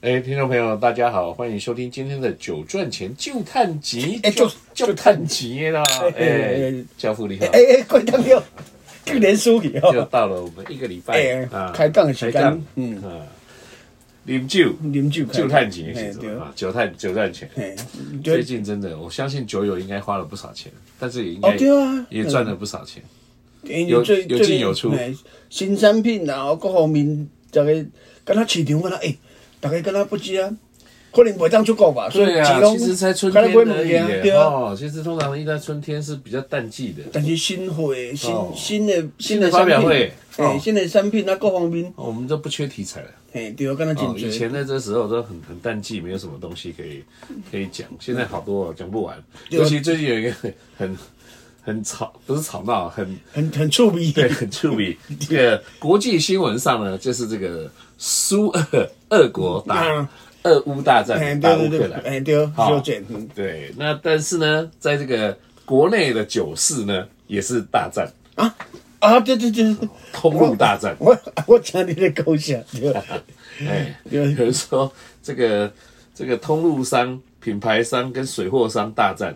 哎，听众朋友，大家好，欢迎收听今天的《酒赚钱就探集》，哎就就就探集啦！哎哎哎，教父你好哎，哎，贵当了，去年输去又哦，到了我们一个礼拜哎开杠的时间啊开杠嗯啊，饮酒啉酒就探集嘿是什对么，啊？酒探酒赚钱。嘿，最对，近真的，我相信酒友应该花了不少钱，但是也应该哦嗯对啊也赚了不少钱。因为有最有最进有出嘿新产品啊，各方面，大家，敢若市场敢若哎，大家敢若不知啊，可能袂当出国吧，所以对啊，其实才春敢若天买而物已件耶对啊，哦。其实通常一到春天是比较淡季的，但是新货、新哦新的新的的产发表品会，哦嘿，新的产品啊，各方面，我们都不缺题材了。嘿，对，敢若真哦，以侪，前在这时候都很很淡季，没有什么东西可以可以讲。现在好多哦，讲不完。对啊尤其最近有一个很很很吵，不是吵闹，很很很趣味，对，很出 名。这个国际新闻上呢，就是这个苏俄俄国打嗯俄乌大战，嘿，打对乌对克对，兰。哎，对，好小姐，嗯对，那但是呢，在这个国内的九市呢，也是大战，啊啊，对对对。通路大战。我 我听你在讲啥？对吧，嗯哎，有对人说这个这个通路商、品牌商跟水货商大战，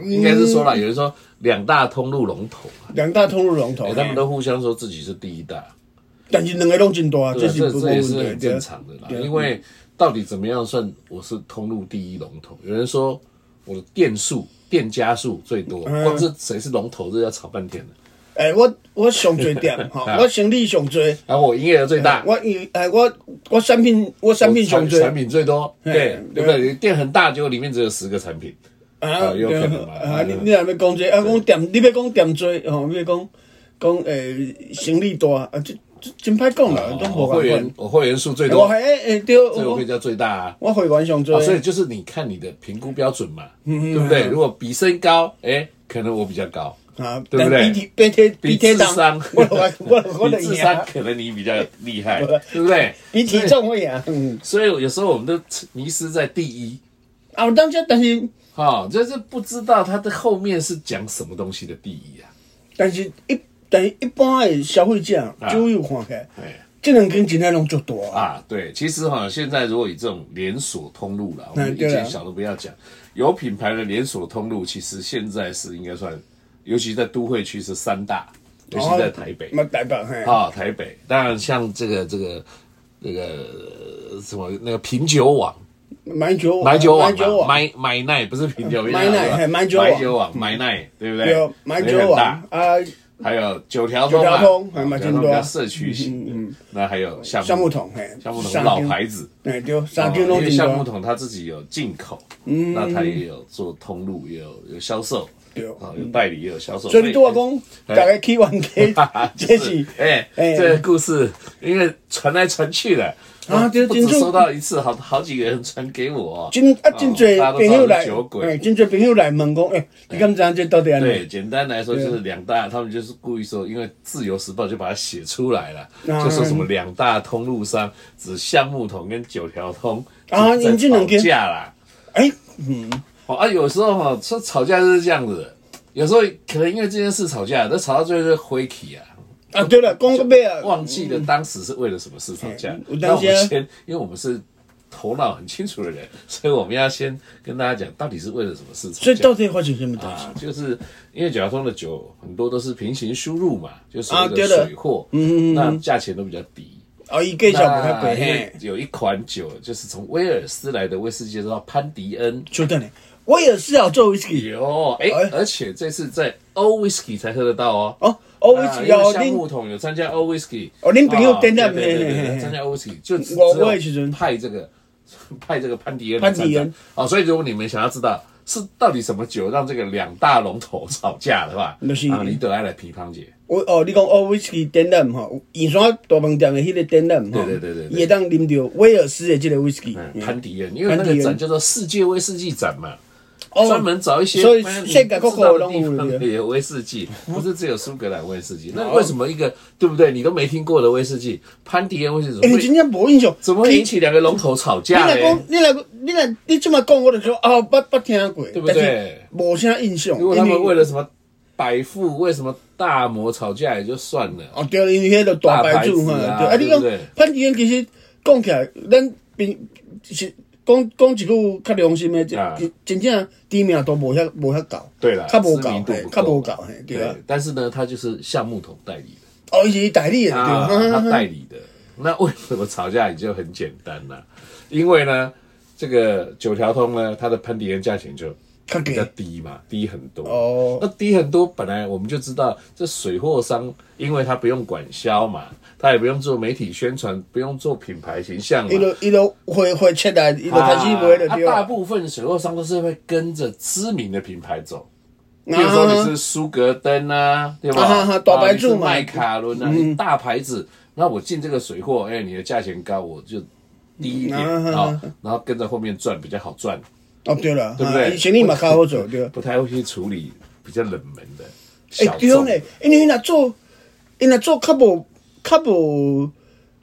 嗯应该是说啦，有人说两大通路龙头嘛，两大通路龙头哎，他们都互相说自己是第一大，但是两个拢真大，对这啊是这不这也是过问很题对啊正常的啦，因为到底怎么样算我是通路第一龙头？有人说我的店数、店家数最多，嗯光是谁是龙头，这要吵半天了。哎，我我上最 点吼啊，我生理上最，然后我营业额最大，我哎我我产品我产品上最产品最多，对哎对不对？店很大，结果里面只有十个产品。啊有可能嘛啊，你你若要讲这啊，讲店你要讲店最吼，你要讲讲诶生理大啊，这这真歹讲啦，拢我无哦会办员法。我会员数最我多，还哦哎哎对，这个我会叫最大啊。我会员上最啊，所以就是你看你的评估标准嘛，嗯对不对？如果比身高，哎，可能我比较高，啊，对不对但比体比体比比智体商重， 我我 我我比就智赢，啊商可能你比较厉害，对不对？比体重会赢。嗯。所以有时候我们都迷失在第一，啊，我当时但是哈，就是不知道它的后面是讲什么东西的第一啊。但是一但是一般的消费者酒友看起来，哎这两间真的拢足大啊，啊，对，其实哈，现在如果以这种连锁通路啦，我们嗯一对件啊小的不要讲，有品牌的连锁通路，其实现在是应该算，尤其在都会区是三大，尤其在台北嘛哦台北嘿，啊，台北。当然，像这个这个那个呃什么那个品酒网、买酒买酒网哦买酒啊、网，买买奈不是品酒买奈嘿买买酒网买酒网、买奈，对不对对？，买也酒很大网啊，还有九条通九啊，条通还蛮九条通多比啊较嗯社区型的，那还有橡橡木桶嘿，橡木桶三老间牌子。嘿对，三哦因间拢为真橡木大，桶它自己有进口，那它也有做通路，也有有销售，嗯对哦啊，有代理也有销售。所以你对 我讲，大家去玩哎，家，这是哎，哎这个故事因为传来传去的啊我对不止真正收到一次，好好几个人传给我。真啊哦真侪大家都朋知道友我来是酒，鬼哎，，嗯真侪朋友来问讲，哎，你敢知影这到底安对，尼？简单来说啊就是两大，他们就是故意说，因为《自由时报》就把它写出来了，嗯就说什么两大通路商指橡木桶跟九条通啊在你这两吵间架啦。哎，哦啊，有时候哈、说吵架就是这样子的，有时候可能因为这件事吵架，但吵到最后就灰起啊，啊对了，讲到尾啊，忘记了当时是为了什么事吵架嗯。我那我当下们先，因为我们是头脑很清楚的人，所以我们要先跟大家讲，到底是为了什么事所吵以架。到底发生什么代志？啊，就是因为甲方的酒很多都是平行输入嘛，就是啊一对个的水货，嗯，那价钱都比较低。哦，伊介绍无较那贵因为嘿。有一款酒就是从威尔斯来的威士忌，叫潘迪恩，稍等咧，我也是要做 whisky 有，哎、哎而且这次在 O Whisky 才喝得到哦。哦，哦啊 whisky 因为哦，橡恁木桶有参加 O Whisky，啊哦恁朋友点点对对对嘿嘿对，嘿参加 O Whisky 就只我只有我也去参派这个 派这个潘迪恩潘迪来恩参加哦，所以如果你们想要知道是到底什么酒让这个两大龙头吵架的话，就是啊，你得爱来皮胖姐，我哦，你讲哦 whisky 展览吼，盐山大饭店的迄个展览吼，对对对对伊会当啉到威尔斯的这个 whisky，嗯，嗯潘迪恩，因为那潘个迪展恩叫做世界威士忌展嘛。哦专门找一些所以哎世界各国拢有你不知道的地方对也有威士忌，不是只有苏格兰威士哦忌。那为什么一个对不对？你都没听过的威士忌，潘迪恩威士忌怎哎，么你会真正无印象，哎怎么会引起两个龙头吵你架若呢讲，？你若你若你这么讲，我就说哦，捌捌听过，对不对但是无啥印象，如果他们因为了什么百富，为什么大摩吵架也就算了，哦哦，对，因为迄个大牌子大牌嘛，子啊对啊，你对不对讲潘迪恩其实讲起来，咱并是讲讲一句较良心的，真、啊真正知名度无遐无遐够，对啦，较无知够名，度嘿不较无够够，嘿，对啊。，但是呢，他就是橡木桶代理的哦，伊是代理的，对啊，啊。他代理的。那为什么吵架也就很简单啦、因为呢，这个九条通呢，它的喷迪人价钱就较低比较低嘛，低很多。哦那低很多，本来我们就知道，这水货商，因为他不用管销嘛，他也不用做媒体宣传，不用做品牌形象嘛伊，就伊就会会切来，伊就开始啊卖就啊对大啊。部分水货商都是会跟着知名的品牌走，比如说你是苏格登啊，对吧？啊啊哈哈大牌子嘛嗯啊你是麦卡伦啊，你大牌子，那我进这个水货，哎，你的价钱高，我就低一点啊哈哈啊，然后跟着后面赚比较好赚，哦，对了，对不对啊伊生意嘛较好做，对啊。不太会去处理比较冷门的哎小，对众。呢，因为伊若做，伊若做较无较无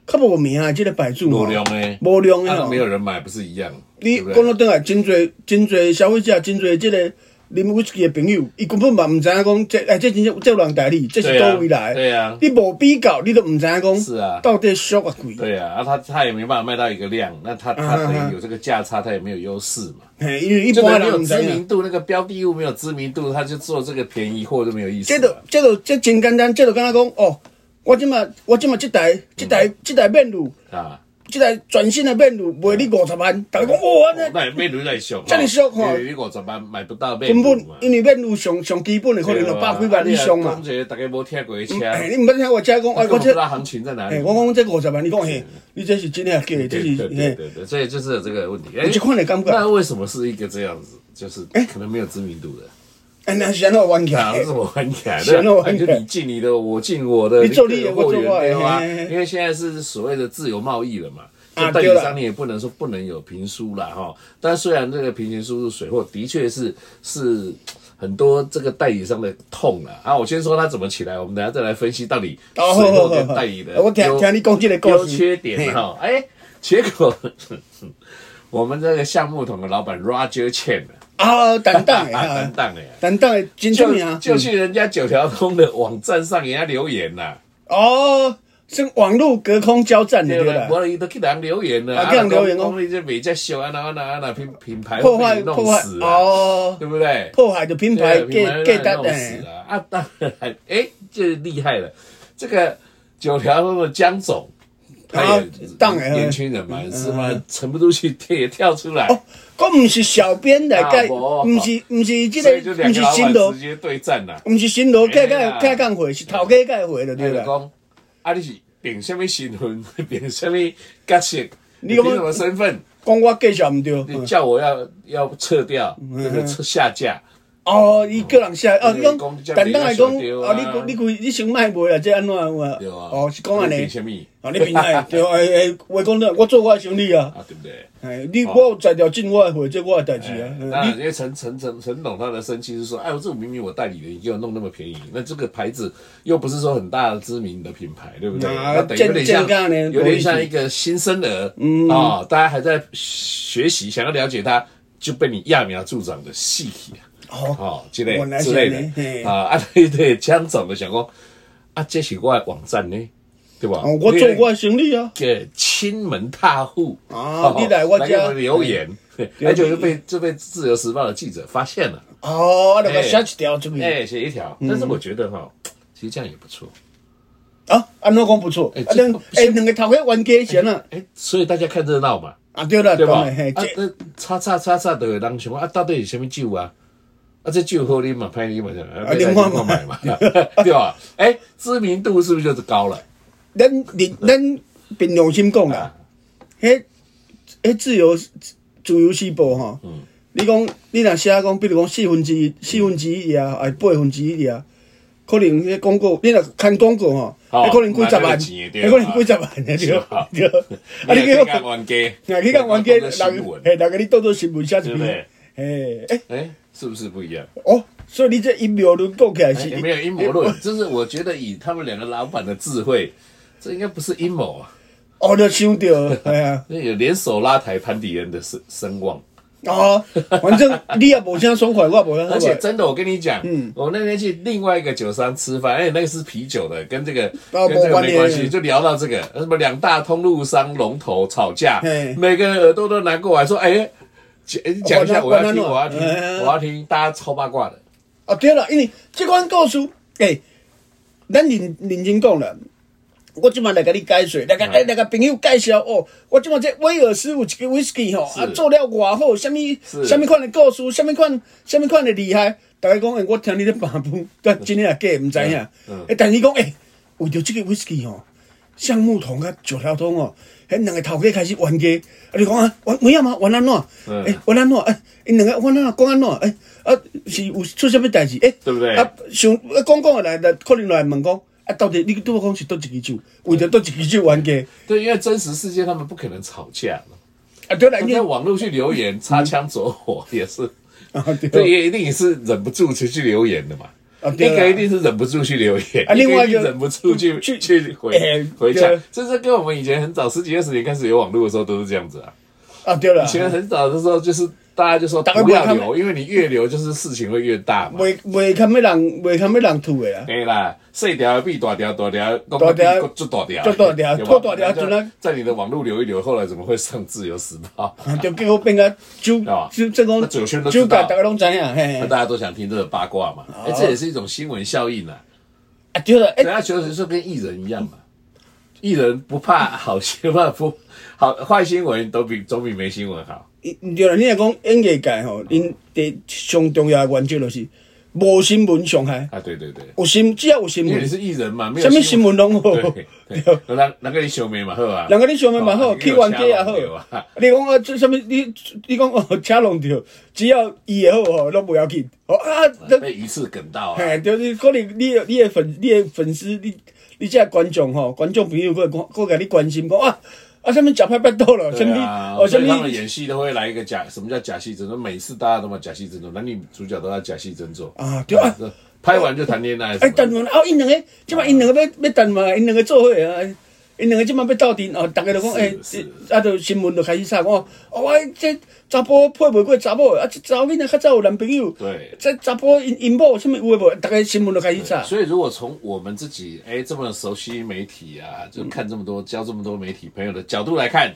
较无名啊，即个牌子无吼量呢，无量的哦啊吼没。有人买不是一样？你对不讲对到倒来，真侪真侪消费者，真侪即个啉威士忌的朋友，伊根本嘛毋知影讲，这哎，这真正这有人代理，这是对啊倒位来的。对啊你无比较，你都毋知影讲，是啊到底俗偌贵？对啊，啊他他也没办法卖到一个量，那他他啊哈等哈于有这个价差，他也没有优势嘛。嘿，因为一就般等于没人有毋知知影。名度，那个标的物没有知名度，他就做这个便宜货就没有意思这了。就这就这真简单，这就敢若讲哦，我即马我即马即台即台嗯即台面乳，啊，即台全新的面乳卖你五十万，大家讲哇，安尼哦那卖女来上，哦这么俗吼因为如果怎么买不到啊卖哦根女本嘛，因为面乳上上基本的可能就百几万以上嘛。这啊大家没听过的车，哎，你毋捌听我遮讲，哎，啊根我本不知这道行情在哪哎，里。我讲这五十万，你讲嘿，你这是真的还是假的？这对是对哎对嘿，对对，所以就是有这个问题。哎有这款的感觉那为什么是一个这样子？就是可能没有知名度的，哎，那是安怎玩起啊，来这？是我玩起来是啊的，那我那玩起就来你进你的，我进我的，你做你的各有货源我做我的对吧？嘿嘿嘿因为现在是所谓的自由贸易了嘛，就啊代对理了商你也不能说不能有平输啦哈。但虽然这个平行输入水货的确是是很多这个代理商的痛啦啊，我先说它怎么起来，我们等一下再来分析到底哦好水好货好跟好代理的我听优听你讲这个故事优缺点哈。哎，结果 我们这个橡木桶的老板 Roger Chen 啊啊，担当 的啊啊担，当哎。担当的真出就名啊！就去人家九条通的网站上给人家留言啦、哦，是网络隔空交战的对对啦啦，。我伊都去人留言啦，啊去人留言哦讲你这美在秀啊，哪啊哪啊哪品品牌破会坏被你破弄坏死啊，哦，对不对？破坏的品牌对品牌给会给被你大弄哎死，啊！啊，当然，哎，这厉害了，这个九条通的江总。他啊也当然了年轻人嘛，是嘛，沉不住气，跳也跳出来，佫毋哦是小编来啊改，无毋是毋是即所以就个，两个毋是老新板罗直，接对战啦。毋是新罗改哎改呀改干回，是头家改回的那对就啦。讲，啊，你是凭什么身份， 凭什么角色，你你讲凭什么身份，讲我介绍毋对，你叫我要要撤掉，嗯那个撤下架，哦，伊叫人写，哦，你你讲讲，这单单来讲，你就哦，想你对啊你规你想卖卖啊，这安怎有啊对吧？？哦，是讲安你尼凭，什么？啊哦，你平 台对，哎哎，话讲了，我做我的生意啊，啊，对不对？哎，你我有才调进我的货，这我的代志啊，当嗯然，因为陈陈陈陈董他的生气是说，哎，我这明明我代理的，你给我弄那么便宜，那这个牌子又不是说很大的知名的品牌，对不对？啊那等于有点健健康呢像有点多像一一个新生儿，嗯啊，大家还在学习，想要了解他，就被你揠苗助长的戏体啊。好。哦，之类原来是之这样类嘿的啊，啊，对对，江总的想讲，啊，这是我的网站呢，对吧？哦，我做我的生意啊，个亲门踏户哦啊你来我家嗯给们留言，对而且就被就被《自由时报》的记者发现了，哦，啊，那个哎写一条出去，哎，写一条，嗯但是我觉得哈，其实这样也不错，啊，安怎讲不错？哎啊，这两不哎两个头家冤家钱啊，哎，所以大家看热闹嘛，啊对啦，对当吧？然嘿，啊这，那叉叉叉叉都有人想讲啊，到底有什么酒啊？啊，这酒喝你嘛，拍你嘛，啊你看嘛买嘛， 对吧？哎，知名度是不是就是高了？咱咱咱凭良心讲啦，迄迄自由自由时报吼，你讲你若写讲，比如讲四分之一、四分之一啊，哎八分之一啊，可能迄广告，你若看广告吼，哦迄可能几十万，那就有钱的对迄可能几十万的是吧对对。啊，你你哎去叫看冤家，啊，你讲冤家，当作新人闻，嘿，人甲你当做新闻写一对不篇对，嘿，哎哎，是不是不一样？哦，所以你这阴谋论讲起来是哎没有阴谋论，就是我觉得以他们两个老板的智慧，这应该不是阴谋啊，哦，就想到，哎呀，那有联手拉抬潘迪恩的声声望，哦，反正你也无啥爽快，我也无啥而爽且快。真的，我跟你讲，嗯我那天去另外一个酒商吃饭，哎，那个是啤酒的，跟这个哦跟这没个关系没关系，就聊到这个什么两大通路商龙头吵架嘿，每个人耳朵都难过，还说哎，讲哎讲一下，我我要我听，我要我听，哎我要听，大家超八卦的，哦，对了，因为即款故事，诶、咱认认真讲啦。我即马来甲你解说，来甲嗯来甲朋友介绍哦。我即马这威尔斯有一个 whisky 吼，是啊做了偌好，什物是什物款的故事，什物款什物款的厉害。大家讲诶、欸我听你咧把 布，但真诶也假毋知影。诶、嗯但是伊讲诶，为着即个 whisky 吼，橡木桶甲石头桶哦，迄两个头家开始冤家。啊，你讲啊，冤冤啊嘛，冤安怎？嗯诶、冤安怎？诶、啊因两个冤安怎？讲安怎？诶、啊是有出啥物代志？诶、对不对啊，想啊，讲讲的来来，可能来问讲，啊，到底你拄我讲是倒一支酒，为嗯着倒一支酒冤家，对，因为真实世界他们不可能吵架嘛，啊，对啦，你因在为网络去留言擦枪走火也是，啊 对，对，也一定是忍不住去去留言的嘛。啊一对啦个一定是忍不住去留言，啊另外一一个定忍不住去去去去回哎回对呛，这是跟我们以前很早十几二十年开始有网络的时候都是这样子啊。啊对啦以，前很早的时候就是大家就说大家不不要要留，因为你越留就是事情会越大嘛。袂袂堪要人袂堪要人吐的啊啦，对啦，细条的比大条，大条讲大条就大条，做大条有吧做大条人家就咱在你的网络留一留，后来怎么会上自由时报？ 啊，就结果变甲酒啊酒正那讲酒圈都知酒界道大家拢知影，嘿那，大家都想听这个八卦嘛？哦哎，这也是一种新闻效应啊。啊对啦，人哎，家求职就跟艺人一样嘛，艺人不怕好新闻，不好坏新闻都比总比没新闻好。对啦，你若讲演艺界吼，嗯因第上重要的原则就是无新闻伤害，啊，对对对，有新只要有新因为闻你，是艺人嘛，没有什么新闻拢好对。 对，人人跟你相骂嘛好啊，人甲你相骂嘛好，哦去冤家也好你有车嘛对啊。 你讲啊，这什么？你你讲哦，车弄着，只要伊会好吼，拢不要紧。哦哎啊，那被鱼刺梗到啊，嘿，就是可能你的你的粉你的粉丝，你你这观众吼，观众朋友佫佫甲你关心讲啊啊，什么食歹腹肚咯，什对么啊，哦什所以他们么演戏都会来一个假，什么叫假戏真做？每次大家都嘛假戏真做，男女主角都要假戏真做啊对啊，拍完就谈恋爱什么的，哎，等完啊，因两个，即摆因两个要要等嘛，因两个做伙啊，因两个即摆要斗阵哦，逐个就讲是哎，是这啊，就新闻就开始吵讲哦，哦，哎这查甫配袂过查某的，啊，这查某囡仔较早有男朋友，对这查甫因因某有啥物有诶无，逐个新闻就开始吵，所以，如果从我们自己哎这么熟悉媒体啊，就看这么多、交这么多媒体朋友的角度来看，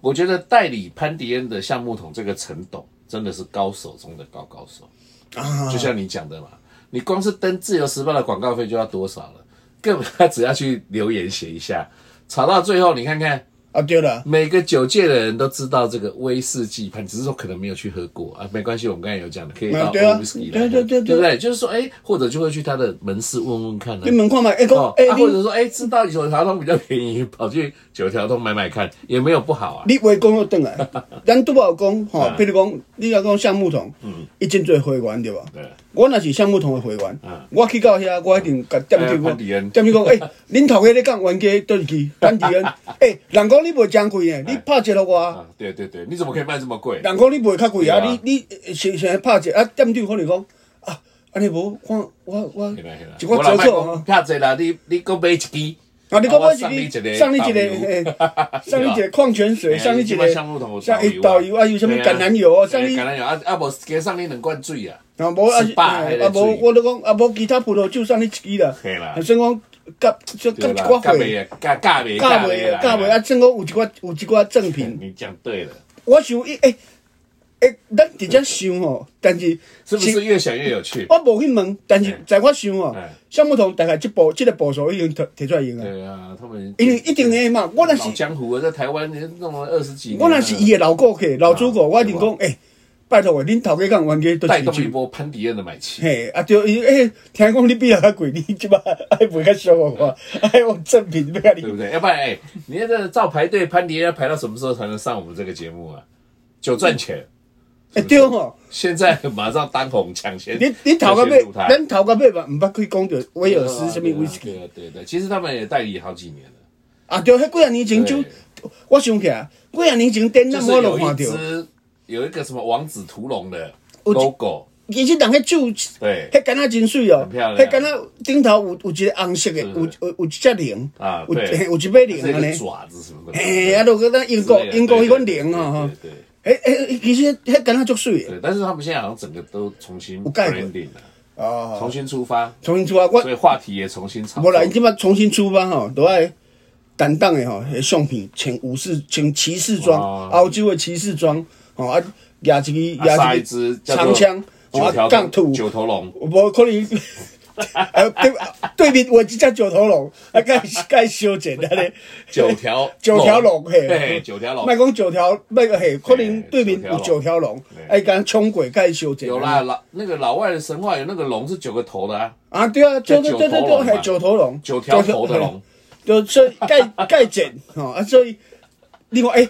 我觉得代理潘迪恩的橡木桶这个陈董真的是高手中的高高手。啊就像你讲的嘛，你光是登《自由时报》的广告费就要多少了？更不要只要去留言写一下，吵到最后，你看看啊对啦，每个酒界的人都知道这个威士忌潘，只是说可能没有去喝过啊，没关系，我们刚才有讲的，可以啊到对啊 whisky 对来喝，对对对对不对？就是说，哎，或者就会去他的门市问问看呢、你问看嘛，哎讲哦，哎啊、你或者说，哎、知道九条通比较便宜，跑去九条通买买看，也没有不好啊。你话讲到转来，咱拄仔有讲 吼，比如讲你若讲橡木桶，嗯伊真侪会员对吧？对，我若是项目同的会员嗯，我去到遐，我一定甲点去哎呀潘迪讲，恩 点去讲，诶，恁头家咧讲冤家倒一支潘迪 恩，诶，人讲你卖真贵诶，你拍折互我，啊，对对对，你怎么可以卖这么贵？人讲你卖较贵对啊啊，你你先先拍折啊，店长可能讲啊，安尼无，我我我嘿啦嘿啦一我折扣啊，怕济啦，你你搁买一支，啊，你讲我是送你一个上你一个，导游诶， 上你一个矿泉水，对啊上你一你现在个项目同有上油啊导游啊，有啥物对啊橄榄油，上嘿你橄榄油啊啊，无加上你两罐水啊，啊，无啊18还啊在无，水我都讲啊无其他葡萄酒送你一支啦，嘿啦啊算讲甲算甲对一啦，寡加货。袂啊，加加袂，价位啦，价位啊，算讲有一寡有一寡赠嘿啦品。你讲对了，我想伊诶诶，咱直接想吼，但是是不是越想越有趣？我无去问，但是嗯在我想吼嗯，橡木桶大概即步即个步数已经提提出来用啊，对啊，他们因为一定会嘛。我若老是江湖啊，在台湾弄了二十几年了，我若是伊的老顾客、老主顾，啊我一定讲诶，拜托诶，恁头家讲冤家带都动一是酒。波潘迪恩的买气。嘿，啊对，伊诶，听讲你比较较贵，你即摆爱卖较俗互我，爱用赠品要甲对你不对？要不然，哎、你这个照排队潘迪要排到什么时候才能上我们这个节目啊？就赚钱，嗯诶哎对吼。现在马上当红抢先。你你头壳抢先入尾，台咱头壳尾嘛，毋捌去讲着威尔斯什么威士忌对啊对啊对啊对啊，其实他们也代理好几年了，啊，对，迄几啊年前就对，我想起来，几啊年前展就览是我有就一看着。只有一个什么王子屠龙的有一 logo，其实人迄酒，对迄囡仔真水哦，很漂亮迄囡仔顶头有有一个红色的，是有有有一只铃啊，有 对嘿有一尾是铃一安个尼。爪子什么的。嘿，啊，就搁咱英国之类的英国迄款对对铃啊，吼对对对对，诶诶，其实迄敢若足水诶。对，但是他们现在好像整个都重新有概括 branding 了，哦，重新出发，重新出发，我所以话题也重新炒无作。啦，伊即摆重新出发吼，都爱担当的吼，迄相片穿武士穿骑士哦装，啊欧洲的骑士装，吼啊，举一啊杀个一举只一叫个做长枪，吼九啊条杠土，九头龙，无可能。 啊，对对面我一只九头龙，啊，该该修剪的 咧。九条九条龙嘿，嘿，九条龙莫。讲九条，莫个嘿，可能对面有九九条龙对，哎，敢冲鬼该修剪。有啦，老那个老外的神话有那个龙是九个头的啊，啊，对啊，叫对对九对对头对，龙嘛嘿，九头龙，九条头的龙，就所以盖盖剪吼啊，所以你看诶，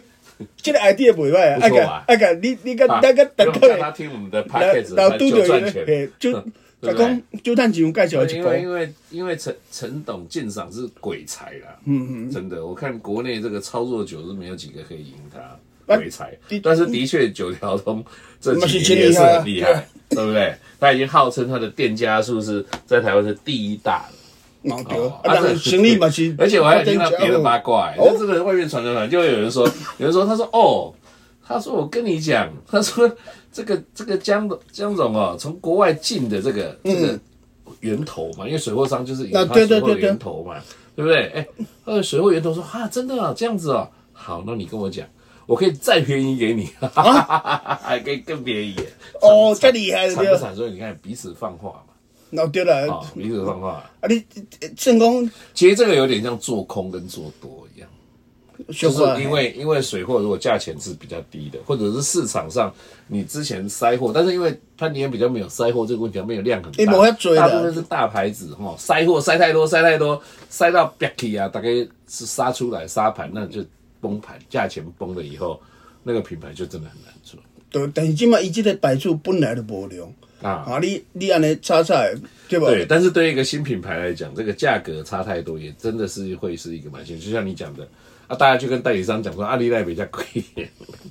这个 idea 袂歹啊，不啊错个嘛啊个，你你个啊那个因大为哥叫他来听我们的 p o d c 来 a s 来 t 拄就着赚伊钱。嘿，就对甲不对讲就趁钱介绍一因部，为因为因为陈陈董鉴赏是鬼才啦，嗯嗯，真的，我看国内这个操作酒是没有几个可以赢他啊鬼才的，但是的确九条通这那几是年也真厉是害啊很厉害，对不对？他已经号称他的店家数是在台湾是第一大了。毛对哦啊，人这，家生意嘛是而且我还有听到发展别的较好八卦、欸，哦就这个外面传传传，就会有人说， 有人说他说哦，他说我跟你讲，他说 这个这个江江总哦，从国外进的这个这个源头嘛，因为水货商就是引嗯啊他对对水货的对对源头嘛，对不对？哎、呃，水货源头说啊，真的啊，这样子哦，好，那你跟我讲。我可以再便宜给你， 还可以更便宜耶。哦，这厉害惨对不啊，惨？所以你看彼此放话嘛，那对啦，啊、彼此放话。啊你正讲其实这个有点像做空跟做多一样，小就是可因为因为水货如果价钱是比较低的，或者是市场上你之前塞货，但是因为潘迪安比较没有塞货这个问题，没有量很大，你没那么多啦大部分是大牌子哈、哦，塞货塞太多，塞太多，塞到 b a c k y 啊，大概是杀出来杀盘，那就崩盘，价钱崩了以后，那个品牌就真的很难做对，但是即马伊即个摆出本来就无量，啊。啊你你安尼炒炒的对吧？对，但是对一个新品牌来讲，这个价格差太多，也真的是会是一个蛮辛苦。就像你讲的，啊，大家就跟代理商讲说，阿里赖比较贵一点。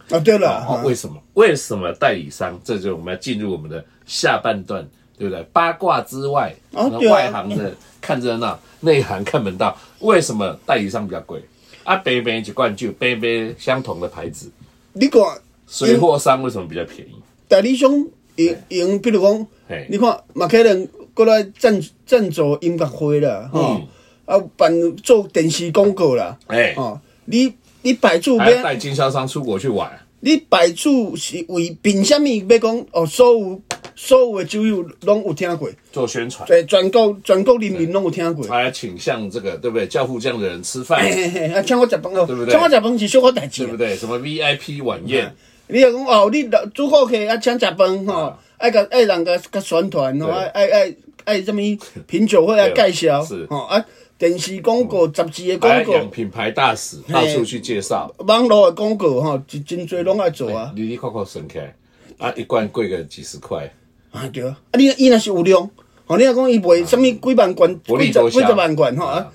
啊对啦，哦，啊为什么？为什么代理商？这就是我们要进入我们的下半段，对不对？八卦之外，哦然后对啊外行的看热闹， 内行看门道。为什么代理商比较贵？啊，北北一罐酒，北北相同的牌子，你看。水货商为什么比较便宜？代理商用用，比如讲嘿，你看马克人过来赞赞助音乐会啦，吼、嗯啊办做电视广告啦，哎哦，你你摆出还要要，带经销商出国去玩，你摆出是为凭什么要讲哦？所有所有的酒友拢有听过，做宣传，全全国全国人民拢有听过。还要请向这个对不对教父这样的人吃饭，嘿嘿嘿，啊，请我食饭哦，对不对请我食饭是小可代志对不啦。对？什么 VIP 晚嗯宴， 你若讲哦，你若主顾客啊，请食饭吼，爱甲爱人甲甲宣传吼，对爱爱爱 爱什么品酒会啊对介绍是嗯吼啊，电视广告、杂志的还广要养告、品牌大使，到处去介绍。网络的广告吼，真真侪拢爱做啊，你你看看省起来，啊，一罐贵个几十块，啊对啊，啊你伊若是有量，吼你若讲伊卖什么几万罐、啊薄利几多十销啊几十万罐吼啊，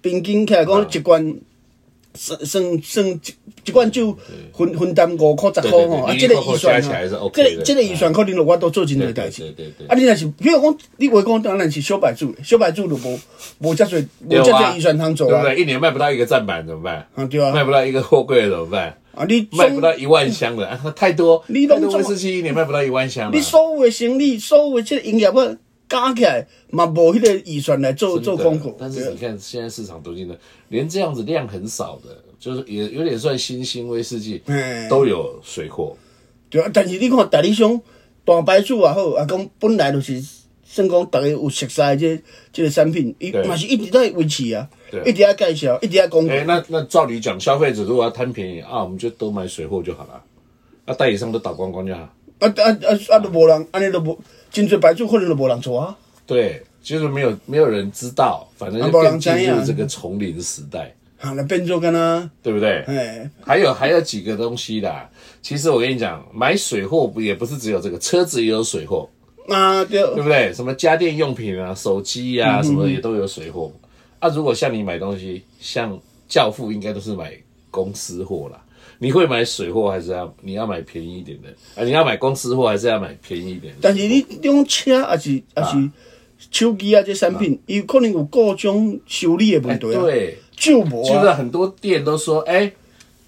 平均起来讲一罐。算算算一一罐酒分分担五块十块对对对吼，啊，你这个一块预加算起来是啊， OK 这的个这个预算可能我都做真对多对代志对。对对。啊，你若是，比如讲，你话讲当然是小白主的，小白主就无无遮侪无遮侪预算通做对不啊，对？一年卖不到一个站板怎么办？啊对啊卖不到一个货柜怎么办？啊你卖不总到一万箱的，啊、太多，你太拢多做威士忌一年卖不到一万箱啊了你。所有的生理，所有的这个营业额加起来嘛无迄个预算来做做广告，但对是啊你看现在市场多进的，连这样子量很少的，就是也有点算新兴威士忌嗯，都有水货。对啊，但是你看代理商大牌主也好，啊讲本来就是算讲逐个有熟悉的这这个产品，伊对嘛是一直在维持啊对，一直在介绍，一直在广告哎、，那那照理讲，消费者如果要贪便宜啊，我们就都买水货就好了，那、代理商都打光光就好。啊啊啊啊都无人，安尼都无，真侪牌主可能都无人做啊，对，就是没有没有人知道，反正啊就没变人进知入道这个丛林时代，啊来变做干呐，对不对？哎。还有还有几个东西啦，其实我跟你讲，买水货不也不是只有这个，车子也有水货，啊，对，对不对？什么家电用品啊、手机啊，什么也都有水货。啊，如果像你买东西，像教父应该都是买公司货啦。你会买水货还是要你要买便宜一点的？啊，你要买公司货还是要买便宜一点的？但是你用车还是还是手机啊，这产品，伊可能有各种修理的哎问题啊，对，就无就是啊，很多店都说，哎、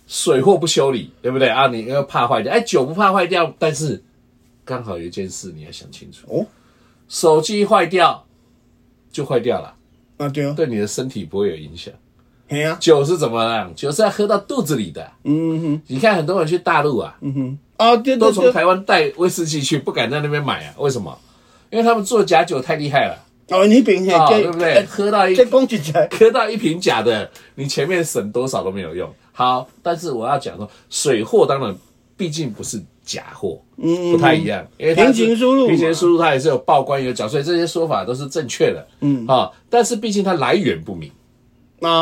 水货不修理，对不对啊？你要怕坏掉，哎，酒不怕坏掉，但是刚好有一件事你要想清楚，哦，手机坏掉就坏掉了，啊对啊，对你的身体不会有影响。嘿啊，酒是怎么样？酒是要喝到肚子里的。嗯哼，你看很多人去大陆啊，嗯哼，啊对都对从对，台湾带威士忌去，不敢在那边买啊。为什么？因为他们做假酒太厉害了哦，你平啊、下对不哎对？喝到一再讲一下，喝到一瓶假的，你前面省多少都没有用。好，但是我要讲说，水货当然毕竟不是假货，嗯，不太一样，因为它是平行输入嘛平行输入它也是有报关有缴税，这些说法都是正确的，嗯啊、但是毕竟它来源不明啊，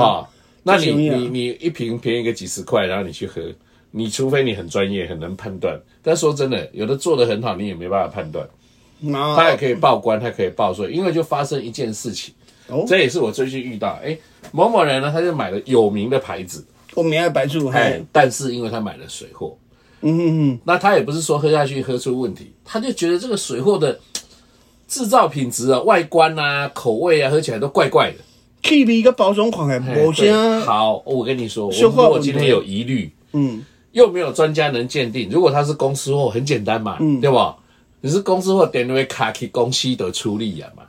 啊、那你这行啊你你一瓶便宜个几十块，然后你去喝，你除非你很专业，很能判断。但说真的，有的做的很好，你也没办法判断。他也啊，可以报官，他可以报税，因为就发生一件事情，哦这也是我最近遇到，哎、某某人呢，他就买了有名的牌子，我明爱白醋，哎、嘿，但是因为他买了水货，嗯哼哼，那他也不是说喝下去喝出问题，他就觉得这个水货的嘖制造品质啊、外观啊、口味啊，喝起来都怪怪的。气味跟包装款还哎无对啥，好，我跟你说，我啊消如化果问题今天有疑虑，嗯，又没有专家能鉴定，如果他是公司货，很简单嘛，嗯对不？你是公司货，点那个卡去公司的处理呀嘛。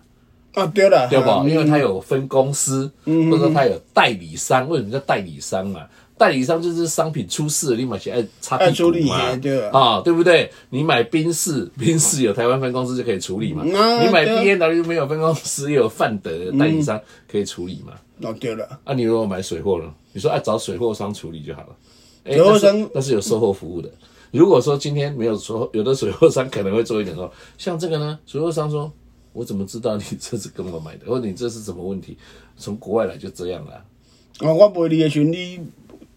啊对啦，对吧？嗯因为它有分公司，或者说它有代理商。为什么叫代理商啊？代理商就是商品出事了，立马去按擦按屁处股理嘛，对啊啊，对不对？你买宾士，宾士有台湾分公司就可以处理嘛。嗯啊你买对啊嗯 B N W 没有分公司，也有范德代理商可以处理嘛。哦对啦，啊，你如果买水货呢？你说啊，找水货商处理就好了。哎水货商但是但是有售后服务的。如果说今天没有说，有的水货商可能会做一点说，像这个呢，水货商说，我怎么知道你这是跟我买的，或者你这是什么问题？从国外来就这样啦、啊我陪你的时候，你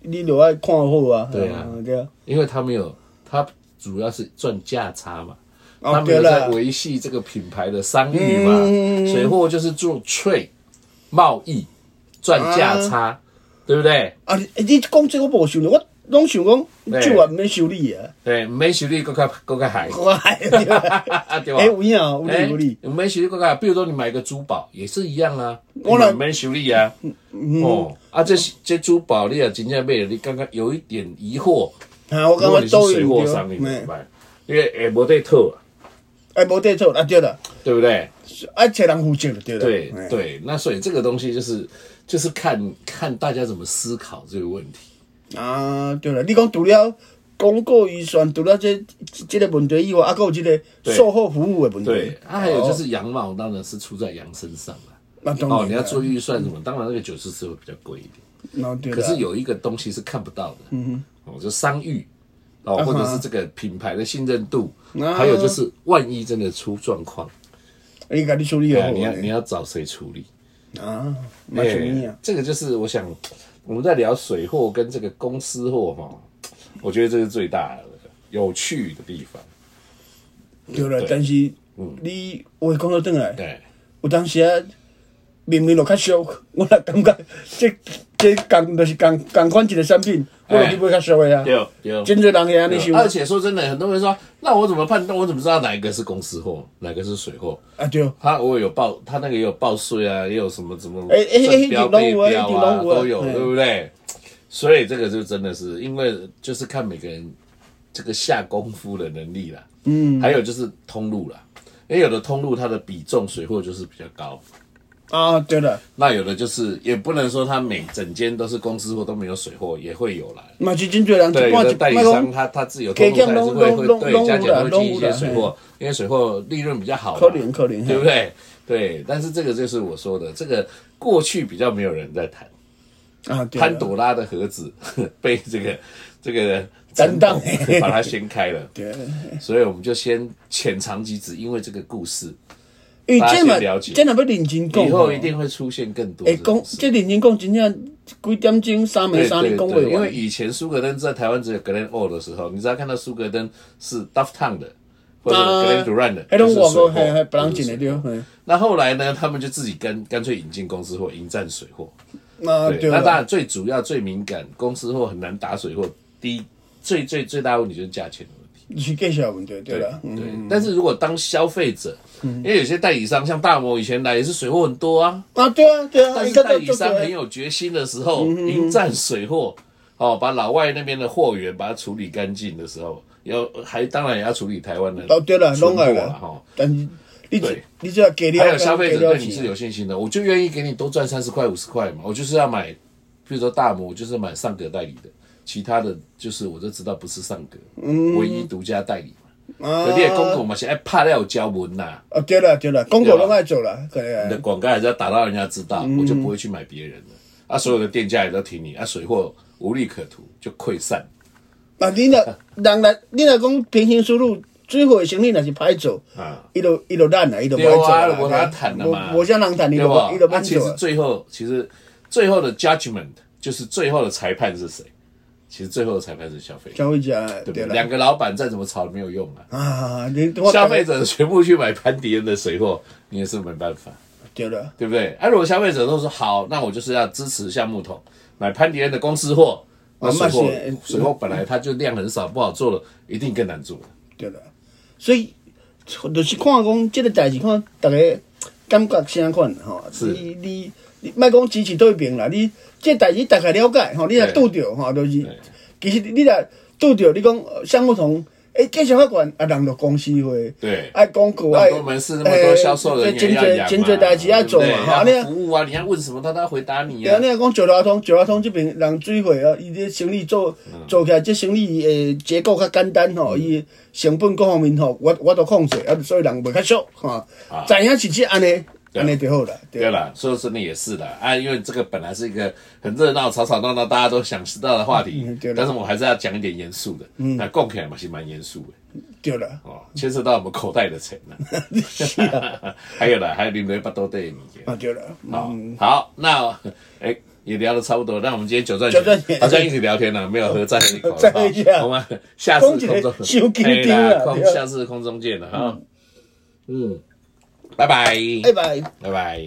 你就要看好啊，对啊对啊，因为他没有，他主要是赚价差嘛，哦他没有对了在维系这个品牌的商誉嘛。水货就是做 trade 贸易赚价差，对不对？啊你你讲这个无想到，我拢想对讲酒也毋免修理啊， 对，没实力够开够开海。我哎对啦对吧？哎有影哦有哎理有理，，我们修理过啊看，比如说你买个珠宝也是一样啊，我来我们修理啊，哦啊，这是这珠宝你也真正买了，你刚刚有一点疑惑，啊我如感果觉你是都水有货商，你对啊怎么办？因为也没得套啊，哎无对错啊对啦，对不对？爱找人负责就对啦，对哎对，那所以这个东西就是就是看看大家怎么思考这个问题。啊，对了，你讲除了广告预算，除了这这个问题以外，啊，还有这个售后服务的问题。对，啊，还有就是羊毛当然是出在羊身上了。那当然啦哦，你要做预算什么，当然那个九十四会比较贵一点。那对啊啦可是有一个东西是看不到的，嗯哼，哦，就商誉，哦，或者是这个品牌的信任度，啊哦还有就是万一真的出状况，你家己处理好哎，你要呢你要找谁处理？哎啊，蛮容易啊。这个就是我想我们在聊水货跟这个公司货哈，我觉得这是最大的有趣的地方。对啦，但是你话讲到转来，对，有当时啊，明明就较俗，我也感觉这这共就是共共款一个产品，哎我就去买较俗的啊。有有。真侪人会安尼想而且说真的，很多人说，那我怎么判断？我怎么知道哪一个是公司货，哪个是水货？啊，对。他我有报，他那个也有报税啊，也有什么什么哎哎正标哎哎背一定拢有啊标一定啊，拢有啊都有，哎对不对？所以这个就真的是，因为就是看每个人这个下功夫的能力啦，嗯，还有就是通路啦，因为有的通路它的比重水货就是比较高，啊，对啦，那有的就是也不能说它每整间都是公司货都没有水货，也会有啦。嘛是真侪人对，一有半的一代理莫商讲他他自有通路，他还是会会对加起来会进一些水货，因为水货利润比较好嘛，可能可能嘿对不对？对，但是这个就是我说的，这个过去比较没有人在谈，啊，对啦潘朵拉的盒子 被这个这个 担当陈董 把它掀开了，对啦。所以我们就先浅尝即止，因为这个故事因为这大家先了嘛，解这若要认真讲，以后一定会出现更多会这种讲，事。这认真讲，真正几点钟三暝对三日对讲袂对，因为完。以前苏格登在台湾只有 Glen O 的时候，你只要看到苏格登是 Duff Town 的或者 Glen 呃 Duran 的，就迄种是外水国货还还别人就是进来水着货，那后来呢，他们就自己干干脆引进公司货，迎战水货。那对，啊对那当啦，然最主要、最敏感，公司货很难打水货。第一，最最最大的问题就是价钱的问题。是介绍问题对啦。嗯对，但是如果当消费者，因为有些代理商像大摩以前来也是水货很多啊，啊，对啊，对啊，但应是该代都理商很有有决心的时候，迎战水货，哦，把老外那边的货源把它处理干净的时候，要还当然也要处理台湾的哦对了，存拢货爱了啦哈。哦但是你对你只要给了，还有消费者给了对你钱是有信心的，我就愿意给你多赚三十块、五十块嘛。我就是要买，比如说大摩，我就是买上格代理的，其他的就是我就知道不是上格，唯一独家代理嘛。可你的公嗯啊公嘛是爱怕要有交文呐，啊，对了对了，公狗对吧啊拢爱做了，可能啊你的广告还是要打到人家知道，我就不会去买别人的。啊，所有的店家也都挺你，啊，水货无利可图，就溃散。啊，你若人来，你若讲平行输入，最后的生意若是歹做啊，伊就伊就烂啦，伊就对歹做啊啦，，我他谈了嘛，无无啥人谈，伊对就吧伊就啊歹其做实啊。最后，其实最后的 judgment 就是最后的裁判是谁？其实最后的裁判是消费者，消费者对不对对？啦，两个老板再怎么吵没有用啊！啊，你我消费者全部去买潘迪恩的水货，你也是没办法，对了，对不对？啊，如果消费者都说好，那我就是要支持橡木桶，买潘迪恩的公司货，那啊水货那是水货本来它就量很少，不好做了，一定更难做。对了，所以就是看讲即个代志，看逐个感觉啥款吼。是你你你，莫讲支持对边啦，你即个代志大概了解吼，你若拄着吼，就是其实你若拄着，你讲呃项目同。诶，介绍较悬啊，人着公司会，对爱广告，那爱很多门市那么多哎销售人员要养嘛，真侪代志要做嘛，吼，你对若要服务啊，你要问什么，他都要回答你对啊，啊你。若讲石头通，石头通即边人水货啊，伊这生理做嗯做起来，这生理诶结构较简单吼，伊成本各方面吼，我我都控制，啊，所以人袂较俗吼啊。知影是即安尼，安尼就好啦。对啊对啦，啦，说真的也是啦啊，因为这个本来是一个很热闹、吵吵闹闹、大家都想知道的话题，嗯对啦嗯但是我们还是要讲一点严肃的。那供起来嘛是蛮严肃的对啦，哦，牵涉到我们口袋的钱 是啊，呢。 还有啦，还有你们不多对你。啊对啦，好，好，那哎、也聊得差不多，那我们今天九转九段线好像一直聊天了，没有喝再喝一 口，再喝一啊下好吗？下次空中讲一个太哎紧张了啦空对啊下嗯次空中见了啊，嗯，拜拜，拜拜。拜拜。